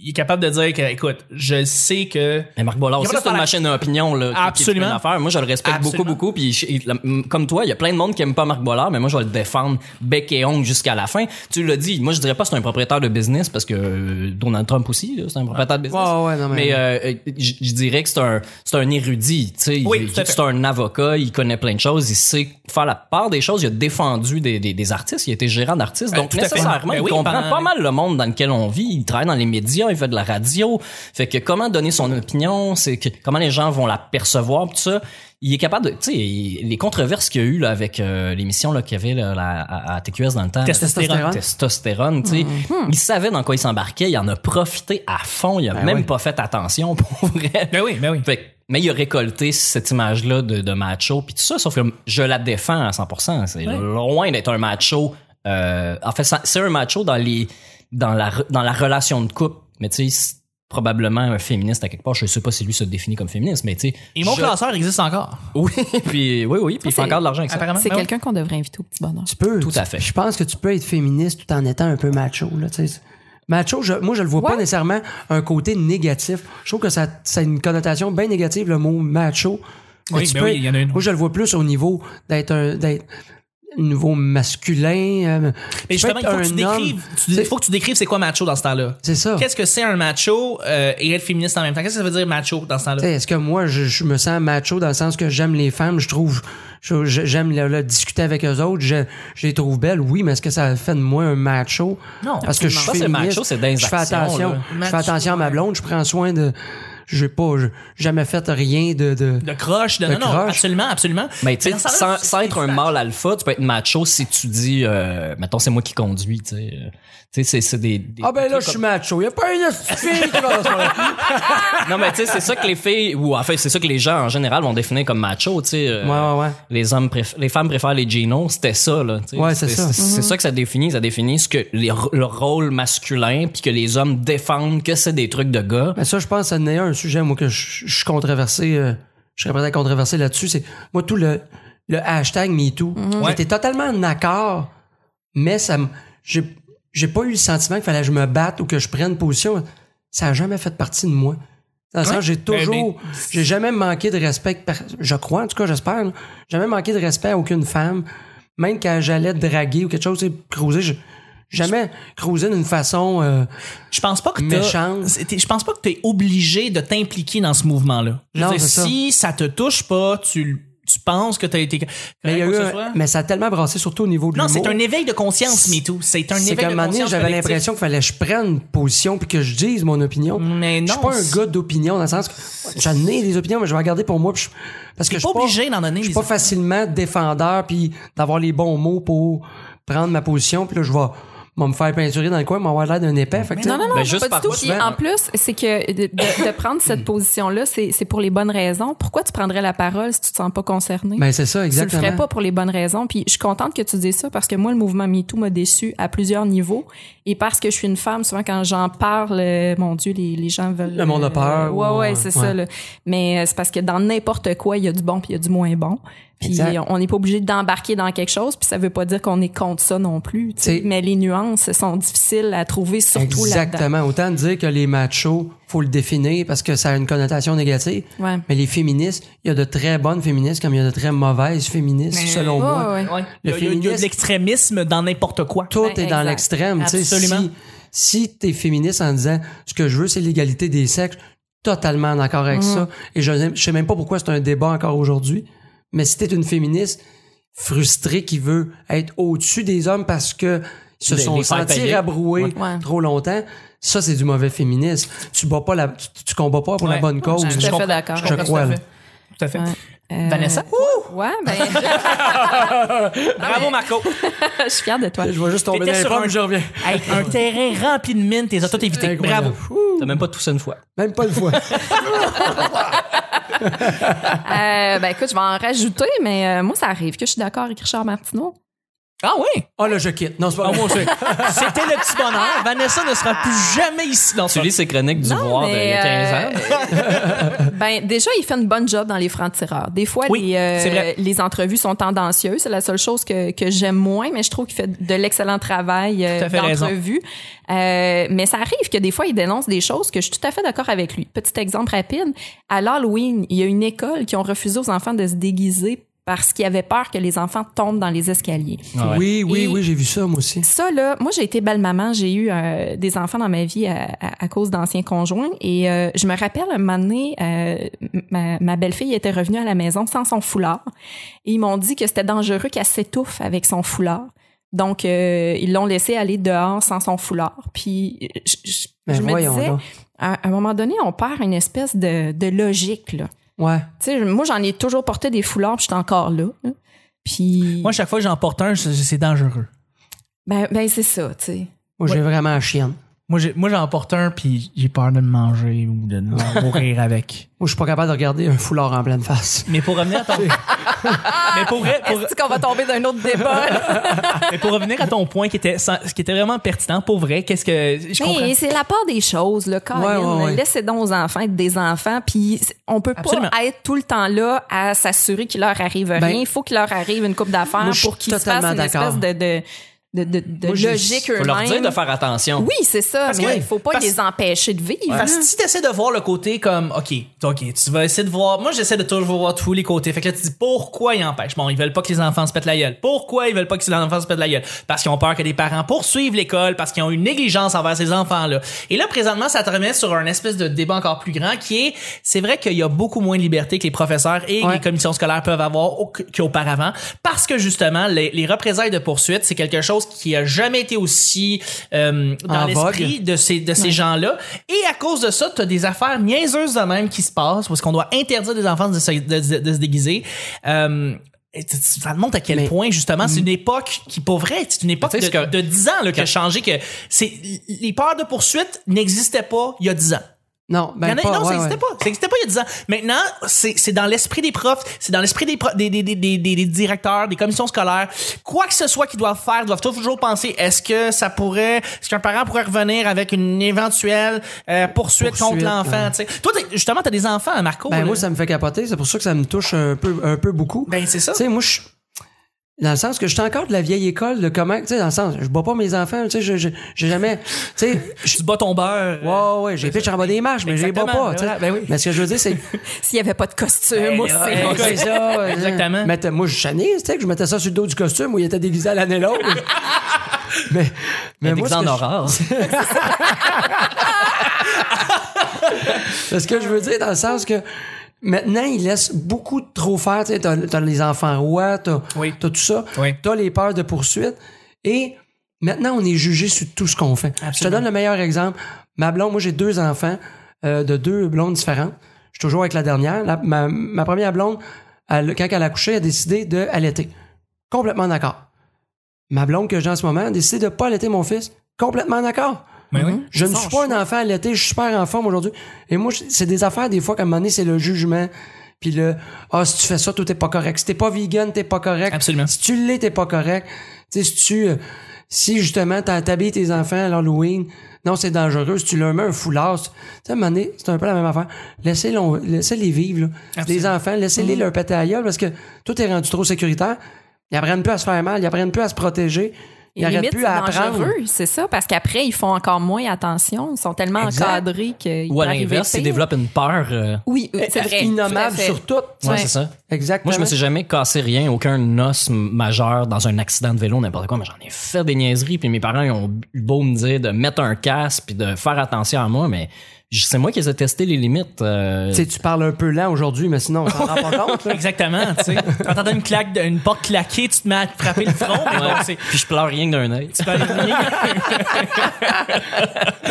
[SPEAKER 1] il est capable de dire que, écoute, je sais que.
[SPEAKER 4] Mais Marc Bollard
[SPEAKER 1] Il y a
[SPEAKER 4] aussi,
[SPEAKER 1] pas de
[SPEAKER 4] c'est une
[SPEAKER 1] faire-
[SPEAKER 4] machine à opinion. Là, qui- qui est
[SPEAKER 1] Absolument.
[SPEAKER 4] pleine d'affaires. Moi, je le respecte
[SPEAKER 1] Absolument.
[SPEAKER 4] beaucoup, beaucoup. Puis, je- il- la- m- comme toi, il y a plein de monde qui aime pas Marc Bollard, mais moi, je vais le défendre bec et ongle jusqu'à la fin. Tu l'as dit, moi, je dirais pas que c'est un propriétaire de business parce que euh, Donald Trump aussi, là, c'est un propriétaire de business.
[SPEAKER 2] Ouais, ouais, non, mais-
[SPEAKER 4] mais euh, euh, je je dirais que c'est un, c'est un érudit. tu sais.
[SPEAKER 1] Oui,
[SPEAKER 4] Il-
[SPEAKER 1] tout à fait.
[SPEAKER 4] c'est un avocat, il connaît plein de choses, il sait faire la part des choses, il a défendu des, des- des artistes, il a été gérant d'artistes.
[SPEAKER 1] Euh,
[SPEAKER 4] donc,
[SPEAKER 1] tout à fait.
[SPEAKER 4] nécessairement,
[SPEAKER 1] Ben
[SPEAKER 4] il
[SPEAKER 1] oui,
[SPEAKER 4] comprend
[SPEAKER 1] pendant-
[SPEAKER 4] pas mal mal le monde dans lequel on vit. Il travaille dans les médias, il fait de la radio. Fait que comment donner son opinion, c'est que comment les gens vont la percevoir, pis tout ça. Il est capable de, tu sais, il- les controverses qu'il y a eu là, avec euh, l'émission là, qu'il y avait là, la- à, à TQS dans le temps.
[SPEAKER 1] Testostérone.
[SPEAKER 4] Testostérone, tu sais. Il savait dans quoi il s'embarquait, il en a profité à fond, il a même
[SPEAKER 2] oui.
[SPEAKER 4] pas fait attention pour vrai.
[SPEAKER 1] Ben oui, ben oui.
[SPEAKER 4] Fait que- mais il a récolté cette image-là de, de macho puis tout ça, sauf que je la défends à 100%. C'est
[SPEAKER 1] Ouais.
[SPEAKER 4] loin d'être un macho. euh, en fait, ça- c'est un macho dans, les, dans, la, re- dans la relation de couple, mais tu sais, c'est probablement un féministe à quelque part. Je sais pas si lui se définit comme féministe, mais tu sais.
[SPEAKER 1] Et mon
[SPEAKER 4] je-
[SPEAKER 1] classeur existe encore.
[SPEAKER 4] Oui, puis oui, oui, puis il fait
[SPEAKER 3] c'est-
[SPEAKER 4] encore de l'argent avec ça.
[SPEAKER 1] Apparemment.
[SPEAKER 3] C'est
[SPEAKER 1] Ben oui.
[SPEAKER 3] quelqu'un qu'on devrait inviter au petit bonheur.
[SPEAKER 2] Tu peux.
[SPEAKER 4] Tout
[SPEAKER 2] tu-
[SPEAKER 4] à fait.
[SPEAKER 2] Je pense que tu peux être féministe tout en étant un peu macho. Là, tu sais. macho, je- moi, je le vois pas nécessairement un côté négatif. Je trouve que ça, ça a une connotation bien négative, le mot macho. Mais
[SPEAKER 1] Oui,
[SPEAKER 2] tu
[SPEAKER 1] ben oui, il y en a une.
[SPEAKER 2] Moi, je le vois plus au niveau d'être un. d'être au niveau masculin. euh,
[SPEAKER 1] Mais
[SPEAKER 2] tu peux
[SPEAKER 1] justement, il faut
[SPEAKER 2] être
[SPEAKER 1] que tu
[SPEAKER 2] un homme.
[SPEAKER 1] décrives. tu- Il
[SPEAKER 2] C'est-
[SPEAKER 1] faut que tu décrives c'est quoi macho dans ce temps-là.
[SPEAKER 2] C'est ça.
[SPEAKER 1] Qu'est-ce que c'est un macho euh, et être féministe en même temps? Qu'est-ce que ça veut dire macho dans ce
[SPEAKER 2] Tu
[SPEAKER 1] temps-là?
[SPEAKER 2] sais, Est-ce que moi, je, je me sens macho dans le sens que j'aime les femmes, je trouve, je- je- j'aime le, le discuter avec eux autres, je, je les trouve belles, oui, mais est-ce que ça fait de moi un macho?
[SPEAKER 1] Non,
[SPEAKER 2] parce que je
[SPEAKER 4] absolument
[SPEAKER 2] suis
[SPEAKER 4] pas, c'est
[SPEAKER 2] féministe,
[SPEAKER 4] macho, c'est dans les
[SPEAKER 2] Je fais
[SPEAKER 4] actions,
[SPEAKER 2] attention,
[SPEAKER 4] là.
[SPEAKER 2] je fais
[SPEAKER 1] Macho,
[SPEAKER 2] attention à ma
[SPEAKER 1] ouais.
[SPEAKER 2] blonde, je prends soin de, j'ai pas j'ai jamais fait rien de, de...
[SPEAKER 1] De croche, de,
[SPEAKER 2] De
[SPEAKER 1] non, non,
[SPEAKER 2] croche.
[SPEAKER 1] absolument, absolument.
[SPEAKER 4] Mais tu sais,
[SPEAKER 1] dans ce
[SPEAKER 4] sans,
[SPEAKER 1] sens-là,
[SPEAKER 4] sans
[SPEAKER 1] c'est-
[SPEAKER 4] être un mâle alpha, tu peux être macho si tu dis, euh, mettons, c'est moi qui conduis, tu sais. Euh, Tu sais, c'est- c'est des, des-
[SPEAKER 2] Ah ben
[SPEAKER 4] des
[SPEAKER 2] là,
[SPEAKER 4] trucs
[SPEAKER 2] je suis
[SPEAKER 4] comme-
[SPEAKER 2] macho. Y a pas une fille qui va dans ce moment-là.
[SPEAKER 4] Non, mais tu sais, c'est ça que les filles, ou en fait, c'est ça que les gens en général vont définir comme macho, tu sais. euh,
[SPEAKER 2] Ouais, ouais, ouais.
[SPEAKER 4] Les, hommes préf- les femmes préfèrent les génos, c'était ça, là. tu sais.
[SPEAKER 2] Ouais, c'est ça.
[SPEAKER 4] C'est c'est ça que ça définit. Ça définit ce que les, r- le rôle masculin, puis que les hommes défendent que c'est des trucs de gars.
[SPEAKER 2] Ben ça, je pense, ça n'est un sujet, moi, que je je suis controversé. euh, je serais prêt à controverser là-dessus. C'est, moi, tout le, le hashtag MeToo, j'étais totalement d'accord, mais ça me- j'ai, j'ai pas eu le sentiment qu'il fallait que je me batte ou que je prenne position. Ça a jamais fait partie de moi. Dans le sens, j'ai toujours, j'ai jamais manqué de respect, par- je crois, en tout cas, j'espère, là. jamais manqué de respect à aucune femme, même quand j'allais draguer ou quelque chose, tu sais, cruiser, je- jamais cruiser d'une façon, euh,
[SPEAKER 1] Je pense pas que t'as-
[SPEAKER 2] Méchante.
[SPEAKER 1] c'est- t'es- Je pense pas que t'es obligé de t'impliquer dans ce mouvement-là. Je veux
[SPEAKER 2] Non,
[SPEAKER 1] dire,
[SPEAKER 2] c'est ça.
[SPEAKER 1] si ça te touche pas, tu, tu penses que t'as été.
[SPEAKER 2] Mais, il y a
[SPEAKER 1] correct,
[SPEAKER 2] eu
[SPEAKER 1] quoi que
[SPEAKER 2] un-
[SPEAKER 1] ce soit.
[SPEAKER 2] mais ça a tellement brassé, surtout au niveau de
[SPEAKER 1] Non, c'est
[SPEAKER 2] l'humour.
[SPEAKER 1] un éveil de conscience, MeToo. C'est un
[SPEAKER 2] C'est
[SPEAKER 1] éveil
[SPEAKER 2] qu'à un
[SPEAKER 1] de
[SPEAKER 2] moment donné,
[SPEAKER 1] conscience.
[SPEAKER 2] j'avais
[SPEAKER 1] collective.
[SPEAKER 2] l'impression qu'il fallait que je prenne position puis que je dise mon opinion.
[SPEAKER 1] Mais
[SPEAKER 2] je
[SPEAKER 1] non,
[SPEAKER 2] suis pas un
[SPEAKER 1] c'est-
[SPEAKER 2] gars d'opinion dans le sens que j'en ai des opinions, mais je vais en garder pour moi. puis je- parce que je
[SPEAKER 1] T'es
[SPEAKER 2] suis
[SPEAKER 1] pas obligé d'en donner
[SPEAKER 2] Je suis
[SPEAKER 1] les
[SPEAKER 2] pas facilement défendeur puis d'avoir les bons mots pour prendre ma position. Puis là, je vais, vais me faire peinturer dans le coin, m'avoir l'air d'un épais. Fait que, tu sais,
[SPEAKER 3] Non, non, non,
[SPEAKER 4] Ben, juste
[SPEAKER 3] pas
[SPEAKER 4] par
[SPEAKER 3] du tout.
[SPEAKER 4] quoi tu
[SPEAKER 3] Puis
[SPEAKER 4] vas-
[SPEAKER 3] en plus, c'est que de, de- de prendre cette position-là, c'est c'est pour les bonnes raisons. Pourquoi tu prendrais la parole si tu te sens pas concerné?
[SPEAKER 2] Ben, c'est ça,
[SPEAKER 3] tu le
[SPEAKER 2] exactement.
[SPEAKER 3] ferais pas pour les bonnes raisons. Puis je suis contente que tu dises ça parce que moi, le mouvement MeToo m'a déçu à plusieurs niveaux. Et parce que je suis une femme, souvent quand j'en parle, euh, mon Dieu, les, les gens veulent...
[SPEAKER 2] Le monde a peur,
[SPEAKER 3] ouais,
[SPEAKER 2] ou-
[SPEAKER 3] ouais, c'est
[SPEAKER 2] ouais.
[SPEAKER 3] ça. là. Mais euh, c'est parce que dans n'importe quoi, il y a du bon puis il y a du moins bon. Puis
[SPEAKER 2] Exact.
[SPEAKER 3] on n'est pas obligé d'embarquer dans quelque chose. Puis ça veut pas dire qu'on est contre ça non plus. tu sais.
[SPEAKER 2] C'est-
[SPEAKER 3] Mais les nuances sont difficiles à trouver, surtout là-dedans.
[SPEAKER 2] Exactement. Autant dire que les machos, faut le définir parce que ça a une connotation négative.
[SPEAKER 3] Ouais.
[SPEAKER 2] Mais les féministes, il y a de très bonnes féministes comme il y a de très mauvaises féministes, selon
[SPEAKER 3] Ouais,
[SPEAKER 2] moi.
[SPEAKER 3] ouais.
[SPEAKER 1] Ouais.
[SPEAKER 2] Le
[SPEAKER 1] Il y a- il y a- il y a
[SPEAKER 2] féminisme-
[SPEAKER 1] de l'extrémisme dans n'importe quoi.
[SPEAKER 2] Tout
[SPEAKER 3] Ouais,
[SPEAKER 2] est dans
[SPEAKER 3] exact.
[SPEAKER 2] l'extrême. tu sais,
[SPEAKER 1] Absolument.
[SPEAKER 2] Si, si t'es féministe en disant ce que je veux, c'est l'égalité des sexes, totalement d'accord avec ça. Et je, je sais même pas pourquoi c'est un débat encore aujourd'hui. Mais si t'es une féministe frustrée qui veut être au-dessus des hommes parce que ils se
[SPEAKER 4] Les-
[SPEAKER 2] sont
[SPEAKER 4] les faire
[SPEAKER 2] sentis
[SPEAKER 4] payer.
[SPEAKER 2] rabroués
[SPEAKER 3] Ouais.
[SPEAKER 2] trop longtemps, ça c'est du mauvais féminisme. Tu bats pas la, tu, tu combats pas pour la
[SPEAKER 1] Ouais.
[SPEAKER 2] bonne cause.
[SPEAKER 3] je
[SPEAKER 2] tu
[SPEAKER 3] suis tout à
[SPEAKER 2] comprends-
[SPEAKER 3] fait d'accord.
[SPEAKER 2] oh, je crois, là.
[SPEAKER 1] Tout à fait.
[SPEAKER 3] Ouais. Euh,
[SPEAKER 1] Vanessa?
[SPEAKER 3] Ouais, ben,
[SPEAKER 1] Bravo, Marco.
[SPEAKER 3] je suis fière de toi.
[SPEAKER 2] Je vais juste tomber dans
[SPEAKER 1] T'étais
[SPEAKER 2] les
[SPEAKER 1] sur
[SPEAKER 2] pommes,
[SPEAKER 1] un-
[SPEAKER 2] je reviens.
[SPEAKER 1] Hey, un terrain rempli de mines, t'es à tout évité.
[SPEAKER 2] Incroyable.
[SPEAKER 1] Bravo.
[SPEAKER 4] T'as même pas tout ça une fois.
[SPEAKER 2] Même pas une fois.
[SPEAKER 3] Euh, ben écoute, je vais en rajouter, mais euh, moi, ça arrive que je suis d'accord avec Richard Martineau.
[SPEAKER 1] Ah oui?
[SPEAKER 2] Ah là, je quitte. Non, c'est pas
[SPEAKER 1] Ah,
[SPEAKER 2] vrai.
[SPEAKER 1] moi aussi. C'était le petit bonheur. Vanessa ne sera plus jamais ici dans ce
[SPEAKER 4] Tu lis ces chroniques du voir d'il y a 15 ans.
[SPEAKER 3] ans. ben déjà, il fait une bonne job dans les francs-tireurs. Des fois,
[SPEAKER 1] Oui,
[SPEAKER 3] les, euh,
[SPEAKER 1] c'est vrai.
[SPEAKER 3] les entrevues sont tendancieuses. C'est la seule chose que, que j'aime moins, mais je trouve qu'il fait de l'excellent travail
[SPEAKER 1] Tout
[SPEAKER 3] euh,
[SPEAKER 1] à fait raison.
[SPEAKER 3] d'entrevue. Euh, mais ça arrive que des fois, il dénonce des choses que je suis tout à fait d'accord avec lui. Petit exemple rapide. À l'Halloween, il y a une école qui ont refusé aux enfants de se déguiser parce qu'ils avaient peur que les enfants tombent dans les escaliers.
[SPEAKER 1] Ah
[SPEAKER 4] Ouais.
[SPEAKER 2] Oui, oui,
[SPEAKER 3] Et-
[SPEAKER 2] oui, j'ai vu ça, moi aussi.
[SPEAKER 3] Ça, là, moi, j'ai été belle-maman. J'ai eu euh, des enfants dans ma vie à, à- à cause d'anciens conjoints. Et euh, je me rappelle, un moment donné, euh, m- ma, ma belle-fille était revenue à la maison sans son foulard. Et ils m'ont dit que c'était dangereux qu'elle s'étouffe avec son foulard. Donc, euh, ils l'ont laissée aller dehors sans son foulard. Puis, je, je-
[SPEAKER 2] Ben,
[SPEAKER 3] je me
[SPEAKER 2] voyons
[SPEAKER 3] disais,
[SPEAKER 2] donc.
[SPEAKER 3] à, à un moment donné, on perd une espèce de, de logique, là.
[SPEAKER 2] Ouais.
[SPEAKER 3] Tu sais, moi, j'en ai toujours porté des foulards, puis je suis encore là. hein. Puis,
[SPEAKER 1] Moi, chaque fois que j'en porte un, c'est c'est dangereux.
[SPEAKER 3] ben, ben c'est ça, tu sais.
[SPEAKER 2] Moi, j'ai vraiment la chienne.
[SPEAKER 1] Moi, j'ai- moi, j'en porte un, puis j'ai peur de me manger ou de me mourir avec.
[SPEAKER 2] Moi, je suis pas capable de regarder un foulard en pleine face.
[SPEAKER 1] Mais pour revenir à ton... mais, pour, vrai- pour-
[SPEAKER 3] Est-ce qu'on va tomber d'un autre débat, là?
[SPEAKER 1] mais pour revenir à ton point qui était, sans- qui était vraiment pertinent, pour vrai, qu'est-ce que... Je comprends.
[SPEAKER 3] Mais c'est la part des choses, le Colin.
[SPEAKER 2] Ouais, ouais, ouais.
[SPEAKER 3] Laissez donc aux enfants être des enfants, puis c'est- on peut
[SPEAKER 1] Absolument.
[SPEAKER 3] pas être tout le temps là à s'assurer qu'il leur arrive rien. Il faut qu'il leur arrive une coupe d'affaires
[SPEAKER 2] moi, je suis
[SPEAKER 3] pour qu'ils se fassent
[SPEAKER 2] totalement
[SPEAKER 3] une espèce
[SPEAKER 2] d'accord.
[SPEAKER 3] de, de, de, de- de
[SPEAKER 2] Moi, je-
[SPEAKER 3] logique
[SPEAKER 4] Faut leur dire de
[SPEAKER 3] eux-mêmes.
[SPEAKER 4] faire attention.
[SPEAKER 3] Oui, c'est ça,
[SPEAKER 1] Parce
[SPEAKER 3] mais
[SPEAKER 1] que-
[SPEAKER 3] il faut pas
[SPEAKER 1] parce-
[SPEAKER 3] les empêcher de vivre. hein,
[SPEAKER 1] Parce que si t'essaies de voir le côté comme, OK, OK, tu vas essayer de voir. Moi, j'essaie de toujours voir tous les côtés. Fait que là, tu dis pourquoi ils empêchent. Bon, ils veulent pas que les enfants se pètent la gueule. Pourquoi ils veulent pas que les enfants se pètent la gueule? Parce qu'ils ont peur que les parents poursuivent l'école, parce qu'ils ont une négligence envers ces enfants-là. Et là, présentement, ça te remet sur un espèce de débat encore plus grand qui est, c'est vrai qu'il y a beaucoup moins de liberté que les professeurs et
[SPEAKER 2] Ouais.
[SPEAKER 1] les commissions scolaires peuvent avoir au- qu'auparavant. Parce que justement, les, les représailles de poursuite, c'est quelque chose chose qui a jamais été aussi euh, dans
[SPEAKER 2] En
[SPEAKER 1] l'esprit de ces, de ces gens-là. Et à cause de ça, tu as des affaires niaiseuses de même qui se passent, parce qu'on doit interdire des enfants de se, de- de- de se déguiser. Euh, et tu- tu- ça te montre à quel
[SPEAKER 2] Mais-
[SPEAKER 1] point justement c'est une époque qui pour vrai c'est une époque
[SPEAKER 4] Tu
[SPEAKER 1] de,
[SPEAKER 4] sais, ce que-
[SPEAKER 1] de 10 ans là, qui a changé que c'est les peurs de poursuite n'existaient pas il y a 10 ans
[SPEAKER 2] Non, ben,
[SPEAKER 1] Il y en a-
[SPEAKER 2] pas,
[SPEAKER 1] non,
[SPEAKER 2] ouais,
[SPEAKER 1] ça n'existait
[SPEAKER 2] ouais.
[SPEAKER 1] pas. Ça n'existait pas il y a 10 ans. Maintenant, c'est c'est dans l'esprit des profs, c'est dans l'esprit des, pro- des, des, des, des, des- des directeurs, des commissions scolaires. Quoi que ce soit qu'ils doivent faire, doivent toujours penser est-ce que ça pourrait, est-ce qu'un parent pourrait revenir avec une éventuelle euh, poursuite,
[SPEAKER 2] Poursuite,
[SPEAKER 1] contre l'enfant.
[SPEAKER 2] ouais.
[SPEAKER 1] tu sais. Toi, t'es- justement, t'as des enfants, Marco.
[SPEAKER 2] Ben,
[SPEAKER 1] là.
[SPEAKER 2] moi, ça me fait capoter. C'est pour ça que ça me touche un peu, un peu beaucoup.
[SPEAKER 1] Ben, c'est ça.
[SPEAKER 2] Tu sais, moi, je suis- Dans le sens que je suis encore de la vieille école de comment, tu sais, dans le sens, je bois pas mes enfants, tu sais, je- je- j'ai jamais, tu sais, je-
[SPEAKER 1] Tu te bats ton beurre.
[SPEAKER 2] ouais, ouais, ouais, j'ai pitch en bas des marches, mais je les bois
[SPEAKER 1] Exactement,
[SPEAKER 2] pas, tu sais.
[SPEAKER 1] voilà, ben oui.
[SPEAKER 2] Mais ce que je veux dire, c'est,
[SPEAKER 3] S'il n'y avait pas de costume
[SPEAKER 1] Ben,
[SPEAKER 3] aussi.
[SPEAKER 1] là,
[SPEAKER 2] Ouais, c'est ça, ouais.
[SPEAKER 1] Exactement.
[SPEAKER 2] Mettre- moi, je chanise, tu sais, que je mettais ça sur le dos du costume où il était déguisé à l'année l'autre. mais, mais moi, ce que
[SPEAKER 4] Déguisé en
[SPEAKER 2] je-
[SPEAKER 4] horreur.
[SPEAKER 2] Parce que je veux dire, dans le sens que maintenant, ils laissent beaucoup de trop faire. Tu sais, t'as, t'as les enfants rois, t'as,
[SPEAKER 1] Oui.
[SPEAKER 2] t'as tout ça.
[SPEAKER 1] Oui.
[SPEAKER 2] T'as les peurs de poursuite. Et maintenant, on est jugé sur tout ce qu'on fait. Je te donne le meilleur exemple. Ma blonde, moi, j'ai deux enfants euh, de deux blondes différentes. Je suis toujours avec la dernière. La- ma, ma première blonde, elle- quand elle a couché, elle a décidé de allaiter. Complètement d'accord. Ma blonde que j'ai en ce moment a décidé de ne pas allaiter mon fils. Complètement d'accord.
[SPEAKER 1] Ben oui.
[SPEAKER 2] Je ne
[SPEAKER 1] Sans
[SPEAKER 2] suis pas un enfant allaité, je suis super en forme aujourd'hui. Et moi, je- c'est des affaires, des fois, qu'à un moment donné, c'est le jugement. Puis le, ah, si tu fais ça, toi, t'es pas correct. Si t'es pas vegan, t'es pas correct.
[SPEAKER 1] Absolument.
[SPEAKER 2] Si tu l'es, t'es pas correct. Tu sais, si tu, euh, si justement, t'as- t'habilles tes enfants à l'Halloween, non, c'est dangereux. Si tu leur mets un foulard, c'est- tu sais, à un moment donné, c'est un peu la même affaire. Laissez, les laissez-les vivre, là. Les enfants, laissez-les
[SPEAKER 3] Mm-hmm.
[SPEAKER 2] leur péter à la gueule parce que tout est rendu trop sécuritaire. Ils apprennent plus à se faire mal, ils apprennent plus à se protéger. Ils arrêtent
[SPEAKER 3] Limite,
[SPEAKER 2] plus à
[SPEAKER 3] c'est
[SPEAKER 2] apprendre.
[SPEAKER 3] dangereux, c'est ça, parce qu'après, ils font encore moins attention. Ils sont tellement
[SPEAKER 2] Exact.
[SPEAKER 3] encadrés qu'ils
[SPEAKER 4] Ou à
[SPEAKER 3] peuvent arriver
[SPEAKER 4] l'inverse, ils
[SPEAKER 3] pire.
[SPEAKER 4] développent une peur. euh,
[SPEAKER 3] Oui, oui, c'est vrai.
[SPEAKER 2] Eh, Innommable
[SPEAKER 3] tout à fait.
[SPEAKER 2] sur tout.
[SPEAKER 4] Ouais,
[SPEAKER 3] Ouais.
[SPEAKER 4] c'est ça.
[SPEAKER 2] Exactement.
[SPEAKER 4] Moi, je me suis jamais cassé rien, aucun os majeur dans un accident de vélo, n'importe quoi, mais j'en ai fait des niaiseries. Puis mes parents, ils ont eu beau me dire de mettre un casque puis de faire attention à moi, mais je- c'est moi qui les ai testé les limites. euh,
[SPEAKER 2] Tu sais, tu parles un peu lent aujourd'hui, mais sinon, on s'en rend pas compte. là.
[SPEAKER 1] Exactement, tu sais. Quand t'entends une claque, de- une porte claquer, tu te mets à te frapper le front. mais bon, c'est-
[SPEAKER 4] Puis je pleure rien que d'un œil.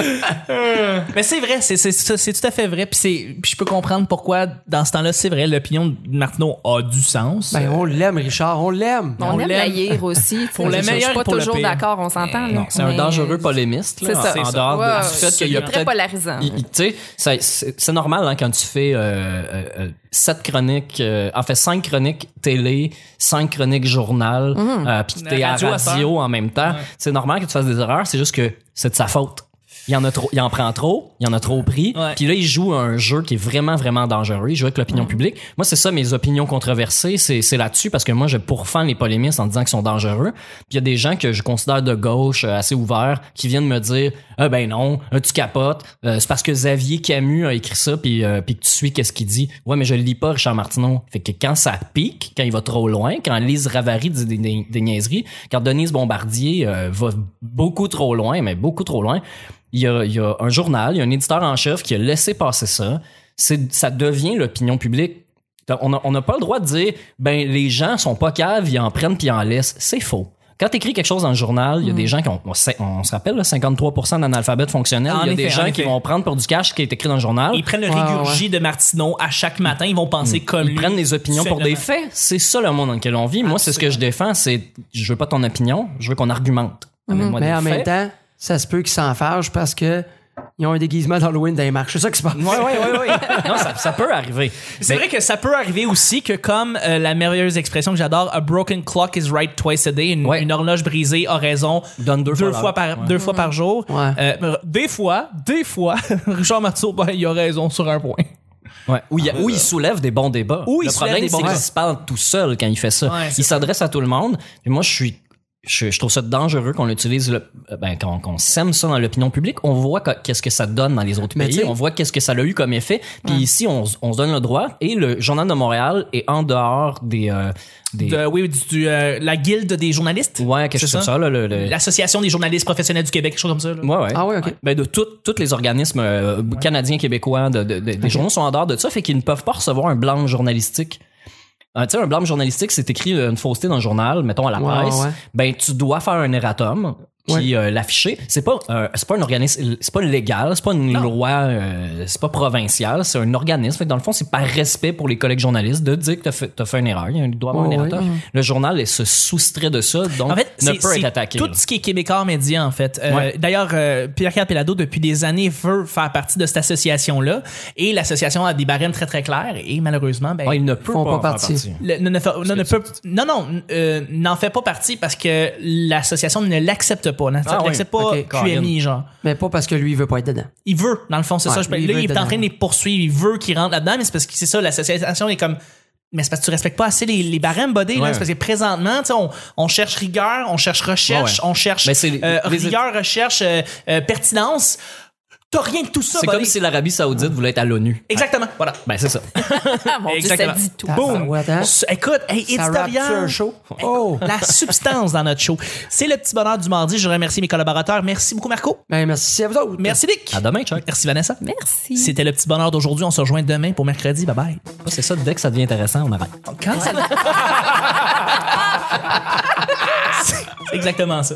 [SPEAKER 1] Mais c'est vrai, c'est c'est- c'est c'est tout à fait vrai. Puis c'est- puis je peux comprendre pourquoi, dans ce temps-là, c'est vrai, l'opinion de Martineau a du sens.
[SPEAKER 2] Ben, on l'aime, Richard, on l'aime.
[SPEAKER 3] On,
[SPEAKER 1] On
[SPEAKER 3] aime
[SPEAKER 1] l'aime.
[SPEAKER 3] l'aïr aussi.
[SPEAKER 1] Pour
[SPEAKER 3] tu
[SPEAKER 1] le
[SPEAKER 3] sais, je-
[SPEAKER 1] meilleur
[SPEAKER 3] Je suis
[SPEAKER 1] et
[SPEAKER 3] pas
[SPEAKER 1] pour le
[SPEAKER 3] toujours
[SPEAKER 1] pire.
[SPEAKER 3] d'accord, on s'entend. là.
[SPEAKER 4] Non, c'est un
[SPEAKER 3] Mais-
[SPEAKER 4] dangereux polémiste, là,
[SPEAKER 3] C'est ça.
[SPEAKER 4] en- en dehors de-
[SPEAKER 3] Ouais,
[SPEAKER 4] du fait
[SPEAKER 3] c'est
[SPEAKER 4] qu'il y a
[SPEAKER 3] très
[SPEAKER 4] peut-être-
[SPEAKER 3] polarisant.
[SPEAKER 4] Il- il- tu sais, ça- c'est c'est normal hein, quand tu fais euh, euh, euh, sept chroniques, euh, en fait cinq chroniques télé, cinq chroniques journal,
[SPEAKER 3] Mm-hmm.
[SPEAKER 4] euh, puis que t'es
[SPEAKER 1] La
[SPEAKER 4] à
[SPEAKER 1] radio à
[SPEAKER 4] radio en même temps. C'est normal que tu fasses des erreurs. C'est juste que c'est de sa faute. Il en a trop, il en prend trop, il en a trop pris.
[SPEAKER 1] Ouais.
[SPEAKER 4] Puis là, il joue à un jeu qui est vraiment, vraiment dangereux. Il joue avec l'opinion publique. Moi, c'est ça, mes opinions controversées, c'est c'est là-dessus parce que moi, je pourfends les polémistes en disant qu'ils sont dangereux. Puis il y a des gens que je considère de gauche, euh, assez ouverts, qui viennent me dire, ah ben non, ah, tu capotes. Euh, c'est parce que Xavier Camus a écrit ça, puis, euh, puis que tu suis qu'est-ce qu'il dit. Ouais, mais je le lis pas, Richard Martineau. Fait que quand ça pique, quand il va trop loin, quand Lise Ravary dit des, des- des niaiseries, quand Denise Bombardier euh, va beaucoup trop loin, mais beaucoup trop loin, il y, a, il y a un journal, il y a un éditeur en chef qui a laissé passer ça. C'est, ça devient l'opinion publique. On n'a on n'a pas le droit de dire, ben les gens sont pas caves, ils en prennent puis ils en laissent. C'est faux. Quand tu écris quelque chose dans le journal,
[SPEAKER 1] Mm.
[SPEAKER 4] il y a des gens qui ont, on, sait- on se rappelle, là, 53% d'analphabètes fonctionnels.
[SPEAKER 1] En
[SPEAKER 4] Il y a
[SPEAKER 1] effet,
[SPEAKER 4] des
[SPEAKER 1] en
[SPEAKER 4] gens qui
[SPEAKER 1] effet.
[SPEAKER 4] vont prendre pour du cash ce qui est écrit dans le journal.
[SPEAKER 1] Ils prennent le
[SPEAKER 2] Ouais,
[SPEAKER 1] régurgie de Martineau à chaque matin. Ils vont penser comme
[SPEAKER 4] Mm. Ils
[SPEAKER 1] lui.
[SPEAKER 4] prennent les opinions pour des
[SPEAKER 1] Tout
[SPEAKER 4] faits. C'est ça le monde dans lequel on vit. Moi, c'est ce que je défends. C'est, je veux pas ton opinion, je veux qu'on argumente.
[SPEAKER 1] Mhm.
[SPEAKER 4] Amène-moi
[SPEAKER 2] Mais
[SPEAKER 4] des
[SPEAKER 2] en même
[SPEAKER 4] faits.
[SPEAKER 2] temps, ça se peut qu'ils s'en fâchent parce que ils ont un déguisement d'Halloween dans les marches. C'est ça qui se passe.
[SPEAKER 4] Ouais, ouais, ouais, ouais. non, ça, ça peut arriver.
[SPEAKER 1] C'est
[SPEAKER 4] Mais-
[SPEAKER 1] vrai que ça peut arriver aussi que, comme euh, la merveilleuse expression que j'adore, a broken clock is right twice a day, une,
[SPEAKER 4] Ouais.
[SPEAKER 1] une horloge brisée a raison
[SPEAKER 4] Donne deux fois
[SPEAKER 1] fois,
[SPEAKER 4] l'heure.
[SPEAKER 1] par,
[SPEAKER 4] Ouais.
[SPEAKER 1] deux fois par jour.
[SPEAKER 2] Mm. Ouais.
[SPEAKER 1] Euh, des fois, des fois, Richard Martineau, ben, il a raison sur un point.
[SPEAKER 4] Ouais. Où, il, où il soulève des bons débats.
[SPEAKER 1] Où il
[SPEAKER 4] le
[SPEAKER 1] soulève
[SPEAKER 4] problème,
[SPEAKER 1] des bons
[SPEAKER 4] c'est qu'il
[SPEAKER 1] débats.
[SPEAKER 4] se parle tout seul quand il fait ça.
[SPEAKER 1] Ouais, c'est
[SPEAKER 4] il s'adresse à tout le monde. Et moi, je suis. Je, je trouve ça dangereux qu'on l'utilise, le- ben, qu'on qu'on sème ça dans l'opinion publique. On voit que- qu'est-ce que ça donne dans les autres
[SPEAKER 2] Mais
[SPEAKER 4] pays.
[SPEAKER 2] tu sais-
[SPEAKER 4] On voit qu'est-ce que ça a eu comme effet. Puis ici, on, se- on se donne le droit. Et le Journal de Montréal est en dehors des. euh, des
[SPEAKER 1] De, oui, du, du, euh, la guilde des journalistes.
[SPEAKER 4] ouais, quelque chose
[SPEAKER 1] C'est
[SPEAKER 4] comme
[SPEAKER 1] ça?
[SPEAKER 4] ça. là, le- le-
[SPEAKER 1] L'association des journalistes professionnels du Québec, quelque chose comme ça. là.
[SPEAKER 4] Ouais, ouais.
[SPEAKER 2] Ah oui, ok.
[SPEAKER 4] Ben de tout- tous les organismes euh, canadiens, québécois, de- de- de- des journaux sont en dehors de ça, fait qu'ils ne peuvent pas recevoir un blanc journalistique. un, tu sais, un blâme journalistique, c'est écrit euh, une fausseté dans le journal, mettons à la
[SPEAKER 2] Ouais,
[SPEAKER 4] presse,
[SPEAKER 2] ouais.
[SPEAKER 4] ben tu dois faire un erratum puis euh, l'afficher. C'est pas euh, c'est pas un organisme, c'est pas légal, c'est pas une loi, euh, c'est pas provincial, c'est un organisme. Fait que dans le fond, c'est par respect pour les collègues journalistes de dire que t'as fait, t'as fait une erreur, il y a un- doit y avoir
[SPEAKER 2] Ouais,
[SPEAKER 4] un
[SPEAKER 2] ouais.
[SPEAKER 4] erratum. Le journal elle, se soustrait de ça, donc
[SPEAKER 1] En fait,
[SPEAKER 4] ne
[SPEAKER 1] c'est
[SPEAKER 4] peut
[SPEAKER 1] c'est
[SPEAKER 4] être attaqué.
[SPEAKER 1] tout
[SPEAKER 4] là.
[SPEAKER 1] ce qui est québécois en médias, en fait. Euh,
[SPEAKER 4] Ouais.
[SPEAKER 1] D'ailleurs, euh, Pierre-Carl Pelado, depuis des années, veut faire partie de cette association-là. Et l'association a des barèmes très, très clairs. Et malheureusement, ben,
[SPEAKER 4] Ouais, Ah, il ne peut
[SPEAKER 2] Font
[SPEAKER 4] pas,
[SPEAKER 2] pas
[SPEAKER 4] en faire
[SPEAKER 2] partie.
[SPEAKER 4] partie.
[SPEAKER 1] le- ne, ne fa- non, ne peut- non, non, euh, n'en fait pas partie parce que l'association ne l'accepte pas.
[SPEAKER 4] Ah
[SPEAKER 1] N'accepte
[SPEAKER 4] oui,
[SPEAKER 1] l'accepte pas
[SPEAKER 4] ok,
[SPEAKER 1] QMI,
[SPEAKER 4] Caroline.
[SPEAKER 1] genre.
[SPEAKER 2] Mais pas parce que lui, il veut pas être dedans.
[SPEAKER 1] Il veut, dans le fond, c'est
[SPEAKER 2] Ouais,
[SPEAKER 1] ça. Je-
[SPEAKER 2] lui, il
[SPEAKER 1] là,
[SPEAKER 2] veut
[SPEAKER 1] il est en train de les poursuivre. Il veut qu'ils rentrent là-dedans, mais c'est parce que c'est ça, l'association est comme. Mais c'est parce que tu respectes pas assez les, les barèmes body. là.
[SPEAKER 4] Ouais.
[SPEAKER 1] C'est parce que présentement, tu sais, on, on cherche rigueur, on cherche recherche,
[SPEAKER 4] Ouais, ouais.
[SPEAKER 1] on cherche
[SPEAKER 4] Mais c'est-
[SPEAKER 1] euh,
[SPEAKER 4] les-
[SPEAKER 1] rigueur, recherche, euh, euh, pertinence. T'as rien de tout ça,
[SPEAKER 4] C'est
[SPEAKER 1] buddy.
[SPEAKER 4] comme si l'Arabie Saoudite voulait être à l'ONU.
[SPEAKER 1] Exactement, voilà.
[SPEAKER 4] Ben c'est ça.
[SPEAKER 3] Ah, mon Dieu, ça
[SPEAKER 1] Exactement.
[SPEAKER 3] dit tout.
[SPEAKER 1] Boom!
[SPEAKER 2] Tabarouette, hein?
[SPEAKER 1] S- Écoute, hey,
[SPEAKER 2] Ça
[SPEAKER 1] éditorial.
[SPEAKER 2] rappe-tu un show? Oh!
[SPEAKER 1] La substance dans notre show. C'est le petit bonheur du mardi. Je remercie mes collaborateurs. Merci beaucoup, Marco.
[SPEAKER 2] Ben, merci à vous autres.
[SPEAKER 1] Merci, Nick.
[SPEAKER 4] À demain, Chuck.
[SPEAKER 1] Merci, Vanessa.
[SPEAKER 3] Merci.
[SPEAKER 1] C'était le petit bonheur d'aujourd'hui. On se rejoint demain pour mercredi. Bye bye.
[SPEAKER 4] Oh, C'est ça, dès que ça devient intéressant, on arrête.
[SPEAKER 1] Quand ça C'est exactement ça.